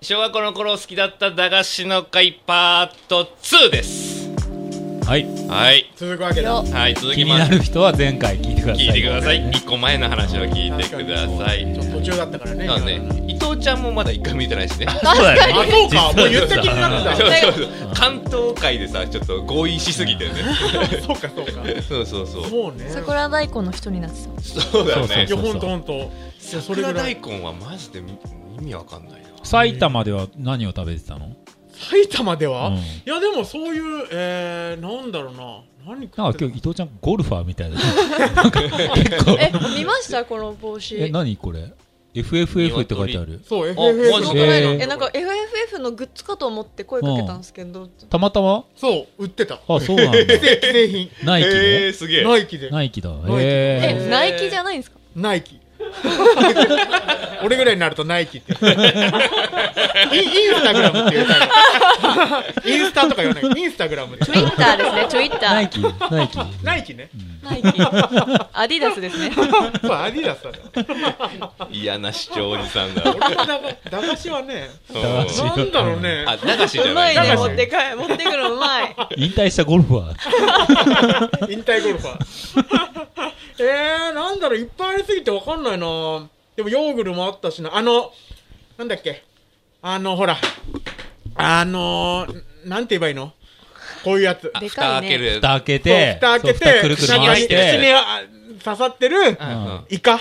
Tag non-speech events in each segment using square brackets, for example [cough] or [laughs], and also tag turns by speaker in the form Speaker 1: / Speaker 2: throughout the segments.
Speaker 1: 小学校の頃好きだった駄菓子の会パート2です
Speaker 2: はい
Speaker 1: はい
Speaker 3: 続くわけだ
Speaker 1: はい続
Speaker 2: 気
Speaker 1: き
Speaker 2: に
Speaker 1: ま
Speaker 2: な
Speaker 1: す
Speaker 2: る人は前回聞いてください
Speaker 1: 聞いてください一個前の話を聞いてください
Speaker 3: ちょっと途中だったからね
Speaker 1: なんで伊藤ちゃんもまだ一回見てないしね
Speaker 2: そうだよ
Speaker 3: あ
Speaker 2: ね
Speaker 3: そうか
Speaker 2: 実は
Speaker 3: もう言った気にな
Speaker 1: [laughs] そう
Speaker 3: っ
Speaker 1: そうそう関東会でさちょっと合意しすぎて [laughs] ね
Speaker 3: た [laughs] そうかそうか
Speaker 1: そうそうそう
Speaker 3: もうね
Speaker 4: 桜大根の人になってた
Speaker 1: そうだよね
Speaker 3: いやほんとほんといやそれ
Speaker 1: 桜
Speaker 3: ぐらい
Speaker 1: 大根はマジでみ意味わかんないな
Speaker 2: 埼玉では何を食べてたの
Speaker 3: 埼玉では、
Speaker 2: うん
Speaker 3: いやでもそういうえー、なんだろうな何食って
Speaker 2: なんか今日伊藤ちゃんゴルファーみたいだねなんか [laughs] 結構
Speaker 4: え見ましたこの帽子
Speaker 2: え何これ FFF って書いてある
Speaker 3: そう
Speaker 1: マ
Speaker 4: す
Speaker 3: FFF
Speaker 4: ご
Speaker 2: ジ
Speaker 4: く
Speaker 2: で
Speaker 4: ない
Speaker 2: え
Speaker 4: の
Speaker 2: ー
Speaker 4: えなんか FFF のグッズかと思って声かけたんですけど、
Speaker 2: たまたま
Speaker 3: そう売ってた
Speaker 2: あそうなんだ
Speaker 3: 既製品
Speaker 2: ナイキ
Speaker 1: え
Speaker 2: で
Speaker 1: ー、すげえ
Speaker 3: ナイキで
Speaker 2: ナイキだへ
Speaker 3: え
Speaker 2: え
Speaker 4: えナイキじゃないんですか
Speaker 3: ナイキ [laughs] 俺ぐらいになるとナイキってインインスタグラムって言うタイプインスタとか言わないインスタグラムで
Speaker 4: ツイッターですねツイッタ
Speaker 2: ナイ
Speaker 4: ー
Speaker 2: キナイキ
Speaker 3: ナイキね [laughs]
Speaker 4: ナイキアディダスです [laughs] ね
Speaker 3: そうアディダスだね
Speaker 1: 嫌な主張おじさ [laughs] んだ
Speaker 3: 俺の駄菓駄菓子はね
Speaker 1: うん
Speaker 2: 駄菓子
Speaker 3: なんだろうね
Speaker 1: あ流しじゃ
Speaker 4: う
Speaker 1: な
Speaker 4: ま
Speaker 1: い
Speaker 4: いね
Speaker 3: 流し
Speaker 4: 持ってか持ってくのうまい
Speaker 2: 引退したゴルファー
Speaker 3: 引退ゴルファーえー、なんだろういっぱいありすぎてわかんないなでもヨーグルもあったしなあのなんだっけあのほらあのなんて言えばいいのこういうやつ
Speaker 1: あ
Speaker 4: で
Speaker 1: 蓋
Speaker 4: かい
Speaker 1: 開
Speaker 4: ね
Speaker 1: ける
Speaker 2: 蓋開けて
Speaker 3: 蓋開け
Speaker 2: そう蓋
Speaker 3: て
Speaker 2: くるくる
Speaker 3: 中
Speaker 2: 回
Speaker 3: に
Speaker 2: し
Speaker 3: 口
Speaker 2: て
Speaker 3: にあ刺さってる
Speaker 1: うんうん
Speaker 3: イカ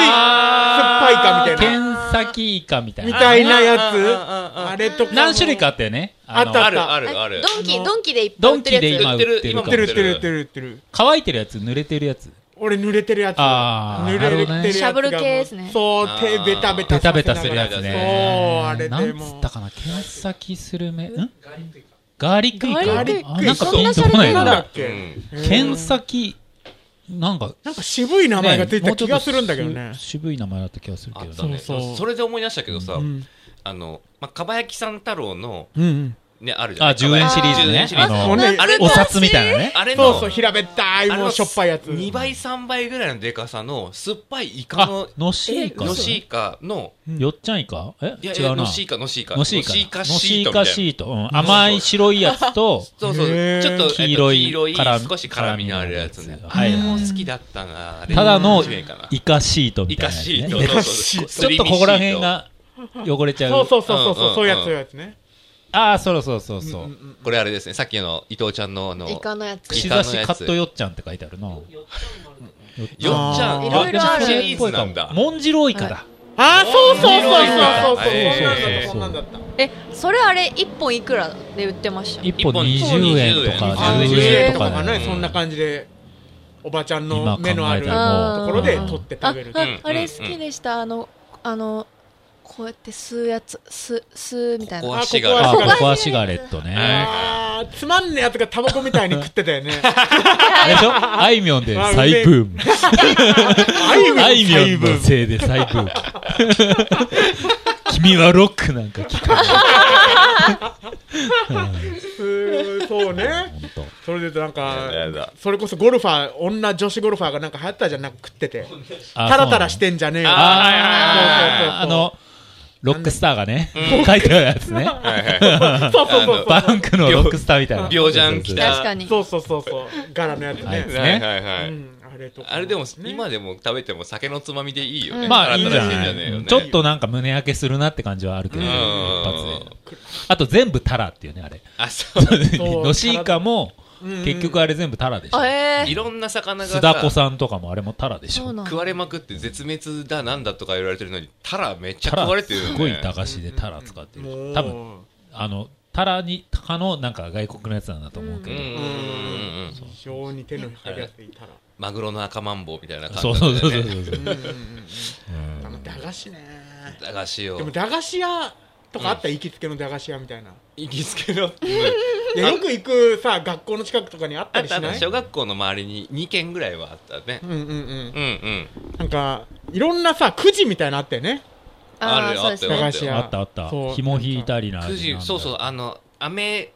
Speaker 1: あ
Speaker 3: あー酸っぱいかみたいな
Speaker 2: 剣先イカみたい
Speaker 3: み
Speaker 2: な
Speaker 3: たいなや
Speaker 1: うんうんうんう
Speaker 3: つ
Speaker 1: ん
Speaker 3: あれとかも
Speaker 2: 何種類かあったよねあの
Speaker 3: あった
Speaker 1: あるあるある
Speaker 4: ドンキドンキでいっぱい
Speaker 2: ド
Speaker 4: 売っ
Speaker 2: ン
Speaker 4: て
Speaker 2: キ
Speaker 4: る
Speaker 2: で
Speaker 4: やつ
Speaker 2: 今売って
Speaker 1: 売っ
Speaker 2: るか
Speaker 3: 売っ
Speaker 2: も
Speaker 3: て
Speaker 1: てる
Speaker 3: る売ってる売ってる売ってる
Speaker 2: 乾いてるやつ濡れてるやつ
Speaker 3: 俺濡れてるやつ
Speaker 2: あー
Speaker 3: 濡
Speaker 2: な
Speaker 3: れてる
Speaker 2: るほど
Speaker 3: や
Speaker 2: ね
Speaker 3: つが
Speaker 4: シャブル系ですね
Speaker 3: そう
Speaker 1: あ
Speaker 3: 手
Speaker 1: ー
Speaker 3: ベタベタ
Speaker 2: ベタベタ
Speaker 3: さ
Speaker 2: す
Speaker 3: せな
Speaker 2: る
Speaker 3: が
Speaker 2: やつ
Speaker 3: らそう
Speaker 2: ね
Speaker 3: あれ
Speaker 2: な
Speaker 3: で
Speaker 2: んつ
Speaker 3: も
Speaker 2: ったかな剣先スルメんガーリックイカ
Speaker 4: ガーリ
Speaker 3: ックイカ
Speaker 2: あなんか
Speaker 3: そん
Speaker 2: ピ
Speaker 4: な
Speaker 2: ンとこない
Speaker 4: 洒落てん
Speaker 3: なんだ
Speaker 2: な
Speaker 3: っけ、
Speaker 1: う
Speaker 2: 剣先なんか
Speaker 3: なんか渋い名前が出た気がするんだけど
Speaker 2: もうちょっ
Speaker 3: ね
Speaker 2: と。し渋い名前だった気がする
Speaker 1: あ
Speaker 2: け
Speaker 1: っ
Speaker 2: ど
Speaker 1: た
Speaker 2: ね
Speaker 1: ね
Speaker 3: そうそう
Speaker 1: それで思い出したけどさ、
Speaker 3: うん
Speaker 1: あの、まあ、かばやきさん太郎の、
Speaker 3: うん。
Speaker 1: ね、あるじゃん。
Speaker 2: あ10円シリーズ
Speaker 1: 10
Speaker 2: ね
Speaker 1: 円シリ
Speaker 2: あ
Speaker 1: ーズ
Speaker 3: もう
Speaker 2: の
Speaker 3: ね
Speaker 1: あれ
Speaker 2: お札みたいなね
Speaker 1: あれの、
Speaker 3: そうそう、平べったい、
Speaker 1: あれ
Speaker 3: もう
Speaker 1: の
Speaker 3: しょっぱいやつ。
Speaker 1: 2倍、3倍ぐらいのでかさの、酸っぱいイカ
Speaker 2: あ
Speaker 1: の、
Speaker 2: のしイカ
Speaker 1: のしイカの、
Speaker 2: よっちゃんイカえ
Speaker 1: いやい
Speaker 2: 違
Speaker 1: や、
Speaker 2: うな
Speaker 1: のしイカ、のしイカ。
Speaker 2: のしイカ
Speaker 1: のしイカ
Speaker 2: のし
Speaker 1: シー
Speaker 2: イ
Speaker 1: トみたい
Speaker 2: カ
Speaker 1: な。
Speaker 2: シートうん甘い白いやつと
Speaker 1: そうそう、
Speaker 3: へー
Speaker 1: ちょっとえっと
Speaker 2: 黄色い
Speaker 1: 黄色い
Speaker 2: 辛み
Speaker 1: 少し辛みのあるやつね
Speaker 2: 辛み。の
Speaker 1: あ
Speaker 2: ある
Speaker 1: れ
Speaker 2: や
Speaker 1: も
Speaker 2: つ
Speaker 1: 好きだったな。あれ
Speaker 2: ただの
Speaker 1: 10円かな
Speaker 2: イカシートみ
Speaker 1: イ
Speaker 2: たい
Speaker 1: カ
Speaker 2: なやつ
Speaker 1: シ
Speaker 2: ね
Speaker 1: ート。そうそうそう
Speaker 2: ちょっとここら辺。が汚れちゃう。
Speaker 3: そうそうそう
Speaker 1: うんうんう
Speaker 3: そ
Speaker 1: ん
Speaker 3: う、そういうやつ、そういうやつね。
Speaker 2: ああ、そうそうそうそう。
Speaker 1: これあれですね、さっきの伊藤ちゃんの、あの、
Speaker 4: イ
Speaker 1: よ
Speaker 4: カのやつ
Speaker 2: 串刺しカットよっちゃんって書いてあるな。よっ
Speaker 1: っちゃ
Speaker 3: あ
Speaker 1: ん、
Speaker 3: ー
Speaker 1: よっちゃんシ
Speaker 4: いろいろある
Speaker 1: リーズなんだ。
Speaker 2: モンジロイカだ。
Speaker 3: あー、そうそうそうそうそう。
Speaker 1: へー
Speaker 3: そんなんだった、そんなんだっ
Speaker 4: えそれあれ一本いくらで売ってました
Speaker 2: 一本
Speaker 1: 一本
Speaker 2: 20円とか
Speaker 3: た。あ
Speaker 1: ー
Speaker 3: の、
Speaker 2: 10
Speaker 3: 10
Speaker 2: 円
Speaker 3: 円
Speaker 2: と
Speaker 3: と
Speaker 2: か
Speaker 3: か
Speaker 2: だ
Speaker 3: が
Speaker 2: よ
Speaker 3: ね、
Speaker 2: ね。
Speaker 3: そんな感じで、おばちゃん
Speaker 2: 今
Speaker 3: の
Speaker 2: 考えた
Speaker 3: 目のあると
Speaker 2: らもう
Speaker 3: ころで取って
Speaker 4: あ
Speaker 3: 食べる。
Speaker 4: あ
Speaker 1: うん
Speaker 4: あれ好きでした、あのあのこうやって吸うやつ吸吸うみたい
Speaker 1: ここ
Speaker 4: な
Speaker 1: は足が
Speaker 2: あ
Speaker 1: あ
Speaker 2: ー、
Speaker 1: る
Speaker 2: こ
Speaker 4: ここ
Speaker 2: こはシガレットね。
Speaker 3: あー、つまんねえやつがタバコみたいに食ってたよね。
Speaker 2: あれでしょあいみょんで再ブーム。
Speaker 3: あいみょん
Speaker 2: あいみょんの
Speaker 3: 細分
Speaker 2: せいで再ブー
Speaker 3: [laughs]
Speaker 2: ム。君はロックなんか聞かない。
Speaker 3: うーそうね。
Speaker 2: 本当
Speaker 3: それで言うとなん
Speaker 1: やだや
Speaker 3: か
Speaker 1: だ、
Speaker 3: それこそゴルファー、女女子ゴルファーがなんか流行ったじゃん、なんか食ってて。
Speaker 2: あ
Speaker 3: タラタラしてんじゃねえよ。
Speaker 2: あーあの、ロックスターがね、書いてあるやつ
Speaker 1: [laughs]
Speaker 2: ね。
Speaker 1: はいはいはい
Speaker 3: そうそうそうそう。
Speaker 2: バンクのロックスターみたいな。
Speaker 1: 秒ジャン来た
Speaker 4: 確かに
Speaker 3: そうそうそうそう。柄のやつ
Speaker 2: はい
Speaker 3: ね。
Speaker 1: はいはい。
Speaker 3: うん、あれとか。
Speaker 1: あれでも、今でも食べても酒のつまみでいいよね。
Speaker 2: まあいいんじゃ
Speaker 1: 新し
Speaker 2: ない
Speaker 1: んねえよね
Speaker 2: いちょっとなんか胸焼けするなって感じはあるけど、
Speaker 1: う
Speaker 2: 一
Speaker 1: ん
Speaker 2: 発で。あと全部タラっていうね、あれ。
Speaker 1: あ、そう。
Speaker 3: そう
Speaker 2: のしイカも、
Speaker 3: うん
Speaker 2: 結局あれ全部タラでしょ。
Speaker 4: あえ
Speaker 1: いろんな魚が
Speaker 2: 須田子
Speaker 1: さ、
Speaker 2: さんとかもあれもタラで
Speaker 4: ー、
Speaker 2: し
Speaker 4: そう
Speaker 2: ょ。
Speaker 4: なん
Speaker 1: 食
Speaker 4: だ
Speaker 1: われまくって絶滅だなんだとか言われてるのに、タラめっちゃ
Speaker 2: タ
Speaker 1: 食わ
Speaker 2: ラ
Speaker 1: れてるよ
Speaker 2: す
Speaker 1: ね。
Speaker 2: ごい駄菓子でタラ使ってる
Speaker 3: も
Speaker 2: し。
Speaker 3: う
Speaker 2: 多分、あの、タラに、タカのなんか外国のやつなんだと思う
Speaker 1: う
Speaker 2: け
Speaker 1: んうんうん
Speaker 2: ど。
Speaker 1: うん。
Speaker 3: 非常に手の入るやついたら。
Speaker 1: マグロの赤マンボウみたいな感じ
Speaker 2: そう
Speaker 1: だ
Speaker 2: そ
Speaker 1: っ
Speaker 2: う
Speaker 1: た
Speaker 2: そう
Speaker 1: よ
Speaker 2: そう
Speaker 1: ね
Speaker 2: そう。
Speaker 3: うんうんうん。あの駄菓子ね。
Speaker 1: 駄菓子
Speaker 3: でも
Speaker 1: を。
Speaker 3: 駄菓子屋とかあった行きつけの駄菓子屋みたいな。
Speaker 1: 行きつけの。
Speaker 3: いやよく行くさ、学校の近くとかにあ
Speaker 1: あ
Speaker 3: った
Speaker 1: っ
Speaker 3: り
Speaker 1: た
Speaker 3: し
Speaker 1: あった
Speaker 3: ない
Speaker 1: 小学校の周りに2軒ぐらいはあったね
Speaker 3: う。んうんうん
Speaker 1: う。んうん。
Speaker 3: なんか、いろんなさ、くじみたいなのあったよね。
Speaker 4: あ
Speaker 1: あ
Speaker 4: ー
Speaker 1: る
Speaker 4: そう
Speaker 1: あ
Speaker 4: で
Speaker 1: った
Speaker 4: す
Speaker 1: よ
Speaker 3: ね
Speaker 1: あ
Speaker 3: 駄
Speaker 1: っ
Speaker 3: 菓
Speaker 1: た
Speaker 3: 子
Speaker 1: よ。
Speaker 3: 屋
Speaker 2: あったあった。
Speaker 3: そう
Speaker 2: 紐引いたりな。
Speaker 1: くじ、そうそう、
Speaker 2: あ
Speaker 1: あの、飴、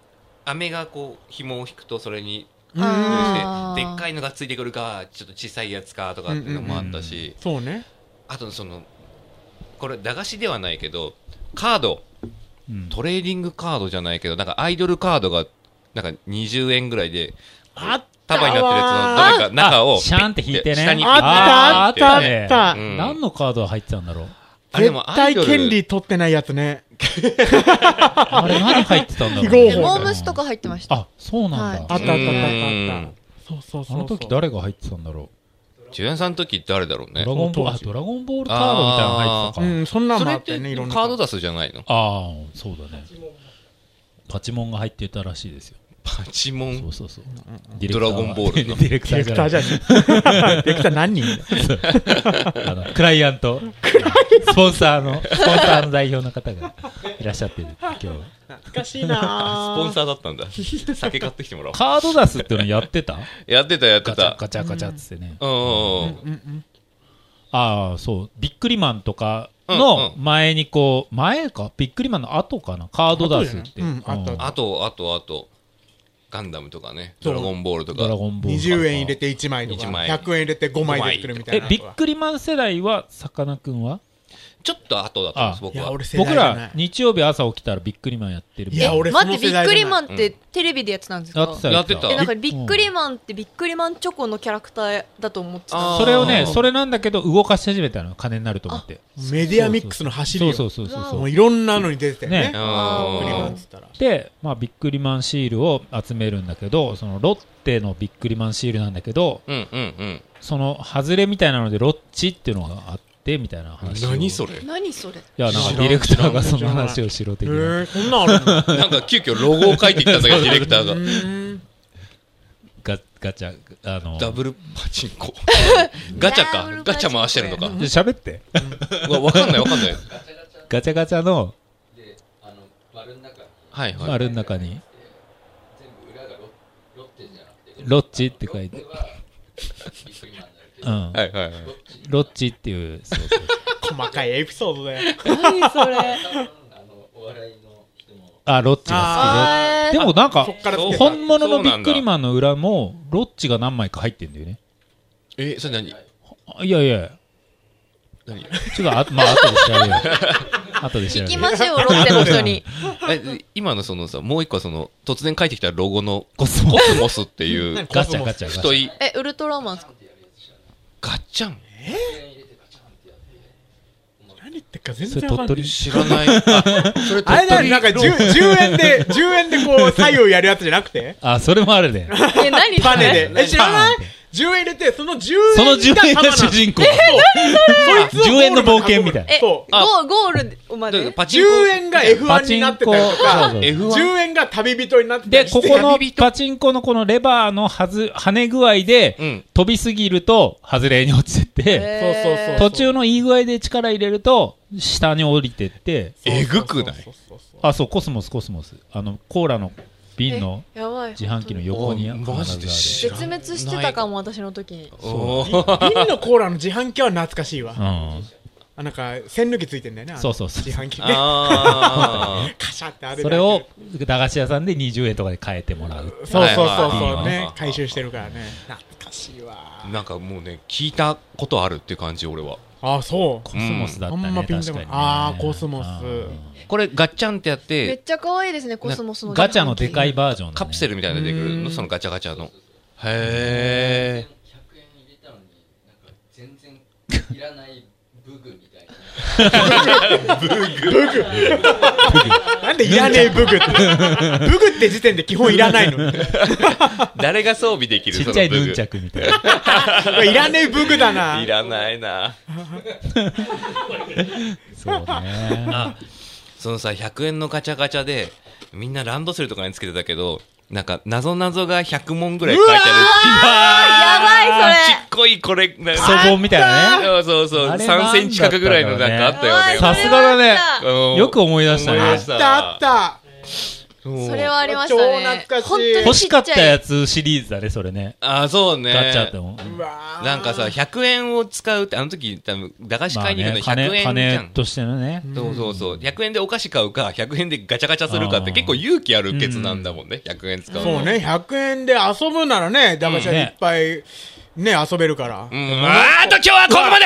Speaker 1: 飴がこう、紐を引くとそれに、
Speaker 3: うん
Speaker 4: あー
Speaker 1: でっかいのがついてくるか、ちょっと小さいやつかとかっていうのもあったし。
Speaker 3: そうね。
Speaker 1: あとそのこれ駄菓子ではないけどカード
Speaker 2: うん
Speaker 1: トレーディングカードじゃないけど、なんかアイドルカードが、なんか20円ぐらいで、
Speaker 3: あっ
Speaker 1: 束になってるやつのどれか中を
Speaker 2: あ、シャンって引いてね
Speaker 1: ピッ下に
Speaker 3: あったあっ
Speaker 1: ピッ
Speaker 3: た
Speaker 1: て
Speaker 3: あ
Speaker 1: ね
Speaker 2: ね
Speaker 3: ったあっ
Speaker 1: うん
Speaker 2: 何のカードが入ってたん
Speaker 3: [laughs]
Speaker 2: だろう
Speaker 3: た
Speaker 1: あれでも
Speaker 3: 絶
Speaker 1: アイ
Speaker 3: 対
Speaker 1: ドル
Speaker 3: 権利取ってないやつね
Speaker 2: あれ何入ってたんだろう
Speaker 3: 非合
Speaker 4: え
Speaker 3: 法
Speaker 4: モ
Speaker 3: だ
Speaker 4: ームスとか入ってました
Speaker 2: あ、そうなん
Speaker 3: あ
Speaker 2: だ
Speaker 3: っ。たあったあった
Speaker 1: うん
Speaker 3: あったそうそう
Speaker 2: あ
Speaker 3: そう
Speaker 2: の時誰が入ってたんだろ
Speaker 1: ジュエンさんの時誰だろう
Speaker 2: う。ド
Speaker 1: ね
Speaker 2: ラ。ゴンボール、あ
Speaker 3: そ
Speaker 2: ドラゴンボールカードみたいなの入ってた
Speaker 3: う
Speaker 2: か。
Speaker 3: んそんな
Speaker 1: そ
Speaker 3: んも
Speaker 1: れ
Speaker 3: あ
Speaker 1: っ
Speaker 3: って
Speaker 1: てカ
Speaker 3: ねいろんな
Speaker 1: ード出すじゃないの
Speaker 2: ああ、そうだね。パチモンが入ってたらしいですよ。
Speaker 1: パチモ
Speaker 2: そ
Speaker 1: ン。
Speaker 2: うそうそう。
Speaker 1: ドラゴンボールの
Speaker 2: [laughs] ディレク
Speaker 3: デ
Speaker 2: タ
Speaker 3: ィ
Speaker 2: ー
Speaker 3: レ
Speaker 2: じ
Speaker 3: ク
Speaker 2: ゃ
Speaker 3: タ
Speaker 2: な
Speaker 3: ー
Speaker 2: い
Speaker 3: じゃねディレクター何人
Speaker 2: [laughs] あの、クライアント、スポンサーの、スポンサーの代表の方がいらっしゃってる、今日。
Speaker 3: 懐かしい
Speaker 1: ス
Speaker 3: な
Speaker 1: ポンサーだったんだ。酒買ってきてもらおう。
Speaker 2: カードダスっていうのやってた
Speaker 1: やってた、やって
Speaker 2: ガチャ
Speaker 1: た。
Speaker 2: ガチャガチャっつってね。
Speaker 1: うんうんうん。
Speaker 3: うんうん
Speaker 2: ああ、そう。ビックリマンとかの
Speaker 1: うんうん
Speaker 2: 前にこう、前かビックリマンの後かなカードダスって。
Speaker 3: 後じゃないうん後
Speaker 1: あと、あと、あと、ガンダムとかね、
Speaker 3: そう
Speaker 1: ドラゴンボールと
Speaker 2: ドラ
Speaker 1: か。
Speaker 2: ゴンボールから。
Speaker 3: 20円入れて1枚とか
Speaker 1: 一枚
Speaker 3: 100円入れて5枚で作るみたい
Speaker 2: え、
Speaker 3: な
Speaker 2: ビックリマン世代は、さかなクンは
Speaker 1: ちょっと後だったんです、
Speaker 2: あ
Speaker 1: 僕
Speaker 3: いや
Speaker 1: は。
Speaker 3: 俺世代
Speaker 2: 僕
Speaker 3: じゃない
Speaker 2: ら、日曜日朝起きたらビックリマンやってる。
Speaker 3: いや
Speaker 4: え
Speaker 3: 俺
Speaker 4: 待って
Speaker 3: そ
Speaker 4: ビ
Speaker 3: の世
Speaker 4: ック
Speaker 3: 代じ
Speaker 4: リ
Speaker 3: ゃな
Speaker 4: マ
Speaker 3: い
Speaker 4: ンってテレビでやってたんです
Speaker 2: や
Speaker 4: か
Speaker 2: ってた
Speaker 1: やってた
Speaker 4: えなんか
Speaker 2: うん
Speaker 4: ビックリマンってビックリマンチョコのキャラクターだと思ってた
Speaker 1: あ
Speaker 2: それを
Speaker 1: あ
Speaker 2: ね、
Speaker 1: ー
Speaker 2: それなんだけど、動かし始めたの。金になると思って。
Speaker 3: メディアミックスの走り
Speaker 2: そう
Speaker 3: よ
Speaker 2: そうそうそう
Speaker 4: う
Speaker 2: そ
Speaker 3: も
Speaker 2: う
Speaker 3: う。いろんなのに出てたよ
Speaker 2: ね
Speaker 3: ね
Speaker 1: うん
Speaker 3: ビックリマンっ
Speaker 4: あ
Speaker 3: つったら
Speaker 2: で、まあ、ビックリマンシールを集めるんだけどそのロッテのビックリマンシールなんだけど
Speaker 1: うんうん
Speaker 2: その外れみたいなのでロッチっていうのがあってみたいな
Speaker 1: うん
Speaker 2: 話を
Speaker 1: 何
Speaker 2: い
Speaker 1: それ
Speaker 4: 何それ
Speaker 2: やなんか
Speaker 3: 知らん
Speaker 2: ディレクターが
Speaker 3: 知ら
Speaker 2: そ
Speaker 3: ん
Speaker 2: の話をしろ
Speaker 3: へ
Speaker 2: 的な、
Speaker 3: えこんなんあるの
Speaker 1: なんか急遽ロゴを書いてきたんだけど、ディレクター
Speaker 3: う
Speaker 1: が。
Speaker 3: ーん
Speaker 2: ガガチャあの
Speaker 1: ダブルパチンコ。ガチャ
Speaker 4: ダ
Speaker 1: か。
Speaker 4: ブルパ
Speaker 1: ガ
Speaker 4: チ
Speaker 1: チ
Speaker 4: ンコ
Speaker 1: ャ回してるのか。
Speaker 2: で喋って
Speaker 1: うわ、わかんないわかんない。
Speaker 2: ガチャガチャの
Speaker 5: であの丸の中に
Speaker 1: はいはい。
Speaker 2: 丸の中に
Speaker 5: 全部裏がロロッテじゃなくて
Speaker 2: ロッチって書いて
Speaker 5: [laughs] ロッテはビックリマンだけ
Speaker 2: う
Speaker 5: ど、
Speaker 2: ん
Speaker 1: はいはいはい。
Speaker 5: ロッチ
Speaker 2: ロッチっていうそうそう
Speaker 3: 細かいエピソードだよ
Speaker 4: 何そ
Speaker 3: [laughs]
Speaker 5: 多分
Speaker 4: れ
Speaker 5: あのお笑いの人も
Speaker 2: あロッチが
Speaker 4: あ
Speaker 2: 好き
Speaker 4: ー
Speaker 2: ででもなんか
Speaker 3: そっから
Speaker 1: そう
Speaker 2: 本物のビックリマンの裏もロッチが何枚か入ってんだよね
Speaker 1: え、それ何
Speaker 2: あいやいや
Speaker 1: 何
Speaker 2: ちょっとあ、まあ、後で調べよう後で調べよ
Speaker 4: 聞
Speaker 2: う
Speaker 4: きましょうロッテの人に
Speaker 1: え今のそのさ、もう一個はその、突然書いてきたロゴの
Speaker 2: コスモ
Speaker 1: コスモスっていう、
Speaker 2: ガチャガチャガチャ
Speaker 1: 太い、
Speaker 4: [laughs] えウルトラマンですか
Speaker 1: ガッチャン
Speaker 3: 何言ってっか全
Speaker 2: それ
Speaker 3: 然わか
Speaker 2: 鳥
Speaker 3: んない
Speaker 2: 取
Speaker 1: 知らない。あそれ
Speaker 3: あれ
Speaker 1: 鳥
Speaker 3: だよ
Speaker 1: 取
Speaker 3: なんか 10, 円で10円でこう左右やるやつじゃなくて
Speaker 2: あそれもあるね
Speaker 4: え何そ
Speaker 3: バネ
Speaker 4: れ
Speaker 3: でえ知らない10円入れてその10円
Speaker 2: その10円が主人公
Speaker 3: 公
Speaker 2: 10円の冒険みたいな
Speaker 4: えゴ
Speaker 3: そう
Speaker 1: あ
Speaker 4: ーゴールま
Speaker 1: だから
Speaker 4: で
Speaker 1: パチン
Speaker 3: 10
Speaker 1: コ。
Speaker 3: 円が F1 になってたりと
Speaker 2: パ
Speaker 3: か
Speaker 2: チンコそうそ
Speaker 1: F1
Speaker 2: う
Speaker 3: 10円が旅人になってた
Speaker 2: で
Speaker 3: りし
Speaker 2: こ
Speaker 3: て
Speaker 2: このパチンコのこのレバーのはず跳ね具合で、
Speaker 1: うん
Speaker 2: 飛びすぎると外れに落ちてって、
Speaker 4: えー
Speaker 3: そうそうそう
Speaker 2: 途中のいい具合で力入れると下に降りてって
Speaker 1: えぐくない
Speaker 3: そうそう
Speaker 2: [laughs]
Speaker 3: そうそう
Speaker 2: あそうコスモスコスモスあのコーラの瓶の
Speaker 4: えやばい
Speaker 2: 自販機の横に
Speaker 1: あ
Speaker 2: 必ずある
Speaker 1: マジで知
Speaker 4: 絶滅してたかも私の時に
Speaker 1: おー
Speaker 3: 瓶のコーラの自販機は懐かしいわ
Speaker 2: うん
Speaker 3: あなんか栓抜きついてんだよねあの
Speaker 2: そうそうそう
Speaker 3: 自販機ね
Speaker 1: あー
Speaker 3: カシャってあれだけ
Speaker 2: それを駄菓子屋さんで20円とかで買えてもらう
Speaker 3: そうそうそう
Speaker 1: はい
Speaker 3: そ
Speaker 1: は
Speaker 3: う
Speaker 1: いはい
Speaker 3: ね
Speaker 1: はい
Speaker 3: 回収してるからね懐かしいわ
Speaker 1: なんかもうね、聞いたことあるっていう感じ、俺は。
Speaker 3: あそう
Speaker 2: コスモスだったね、
Speaker 3: うんあんまピン
Speaker 2: 確
Speaker 3: と
Speaker 2: か
Speaker 3: こ
Speaker 2: に
Speaker 3: ない
Speaker 2: ね
Speaker 3: あーコスモス
Speaker 2: うん
Speaker 1: これ、ガッチャンってやっ、
Speaker 4: めってちゃ可愛いですねコスモスの
Speaker 2: ガチャのでかい
Speaker 4: 自販
Speaker 2: バージョンだね
Speaker 1: カプセルみたいなの出てくる
Speaker 3: う
Speaker 1: の、
Speaker 3: ん
Speaker 1: そのガチャガチャの。へー。
Speaker 5: 100円入れたのになんか全然いらない武具みたいな
Speaker 2: [laughs]
Speaker 3: なんでいらねえブグってブグって時点で基本いらないの
Speaker 1: [laughs] 誰が装備できる
Speaker 2: ちっちゃい
Speaker 1: その
Speaker 2: ヌ
Speaker 1: 武
Speaker 2: ン
Speaker 1: 具
Speaker 2: チャクみたいな
Speaker 3: いらねえブグだない
Speaker 1: らないな。
Speaker 2: そう
Speaker 1: [laughs]
Speaker 2: ね
Speaker 1: あそのさ100円のガチャガチャでみんなランドセルとかにつけてたけどなんかなぞなぞが100問ぐらい書いてある
Speaker 4: 機やばい
Speaker 1: ちっこいこれなん
Speaker 2: そ
Speaker 1: か
Speaker 2: ぼみたいなね
Speaker 1: そうそうそう
Speaker 2: あれなんだっ
Speaker 1: 3
Speaker 2: たんだろうね
Speaker 1: センチ角ぐらいのなんかあったよね
Speaker 4: やばい
Speaker 2: さすがだね
Speaker 4: それはあっ
Speaker 1: うん
Speaker 2: よく思い出したね
Speaker 1: 思い
Speaker 3: あ
Speaker 1: 出
Speaker 3: っ
Speaker 1: した
Speaker 3: たあった
Speaker 4: たそれはありましたね
Speaker 3: 超懐かしい
Speaker 4: 本当にちっちゃ
Speaker 2: 欲しかったやつシリーズだねそれね
Speaker 1: あそうね
Speaker 2: ガチャっても
Speaker 3: うわー
Speaker 1: なんかさ100円を使うってあの時多分駄菓子
Speaker 2: まあ
Speaker 1: 買いに行くの
Speaker 2: ね
Speaker 1: に100
Speaker 2: 金
Speaker 1: 円じゃ
Speaker 2: 金
Speaker 1: ん
Speaker 2: としてのね
Speaker 1: そうそうそう100円でお菓子買うか100円でガチャガチャするかって結構勇気ある決断だもんね100円使うの
Speaker 3: そうね、100円で遊ぶならね、駄菓子屋でいっぱいね、遊べるから。
Speaker 1: うんあーっと今日はここまで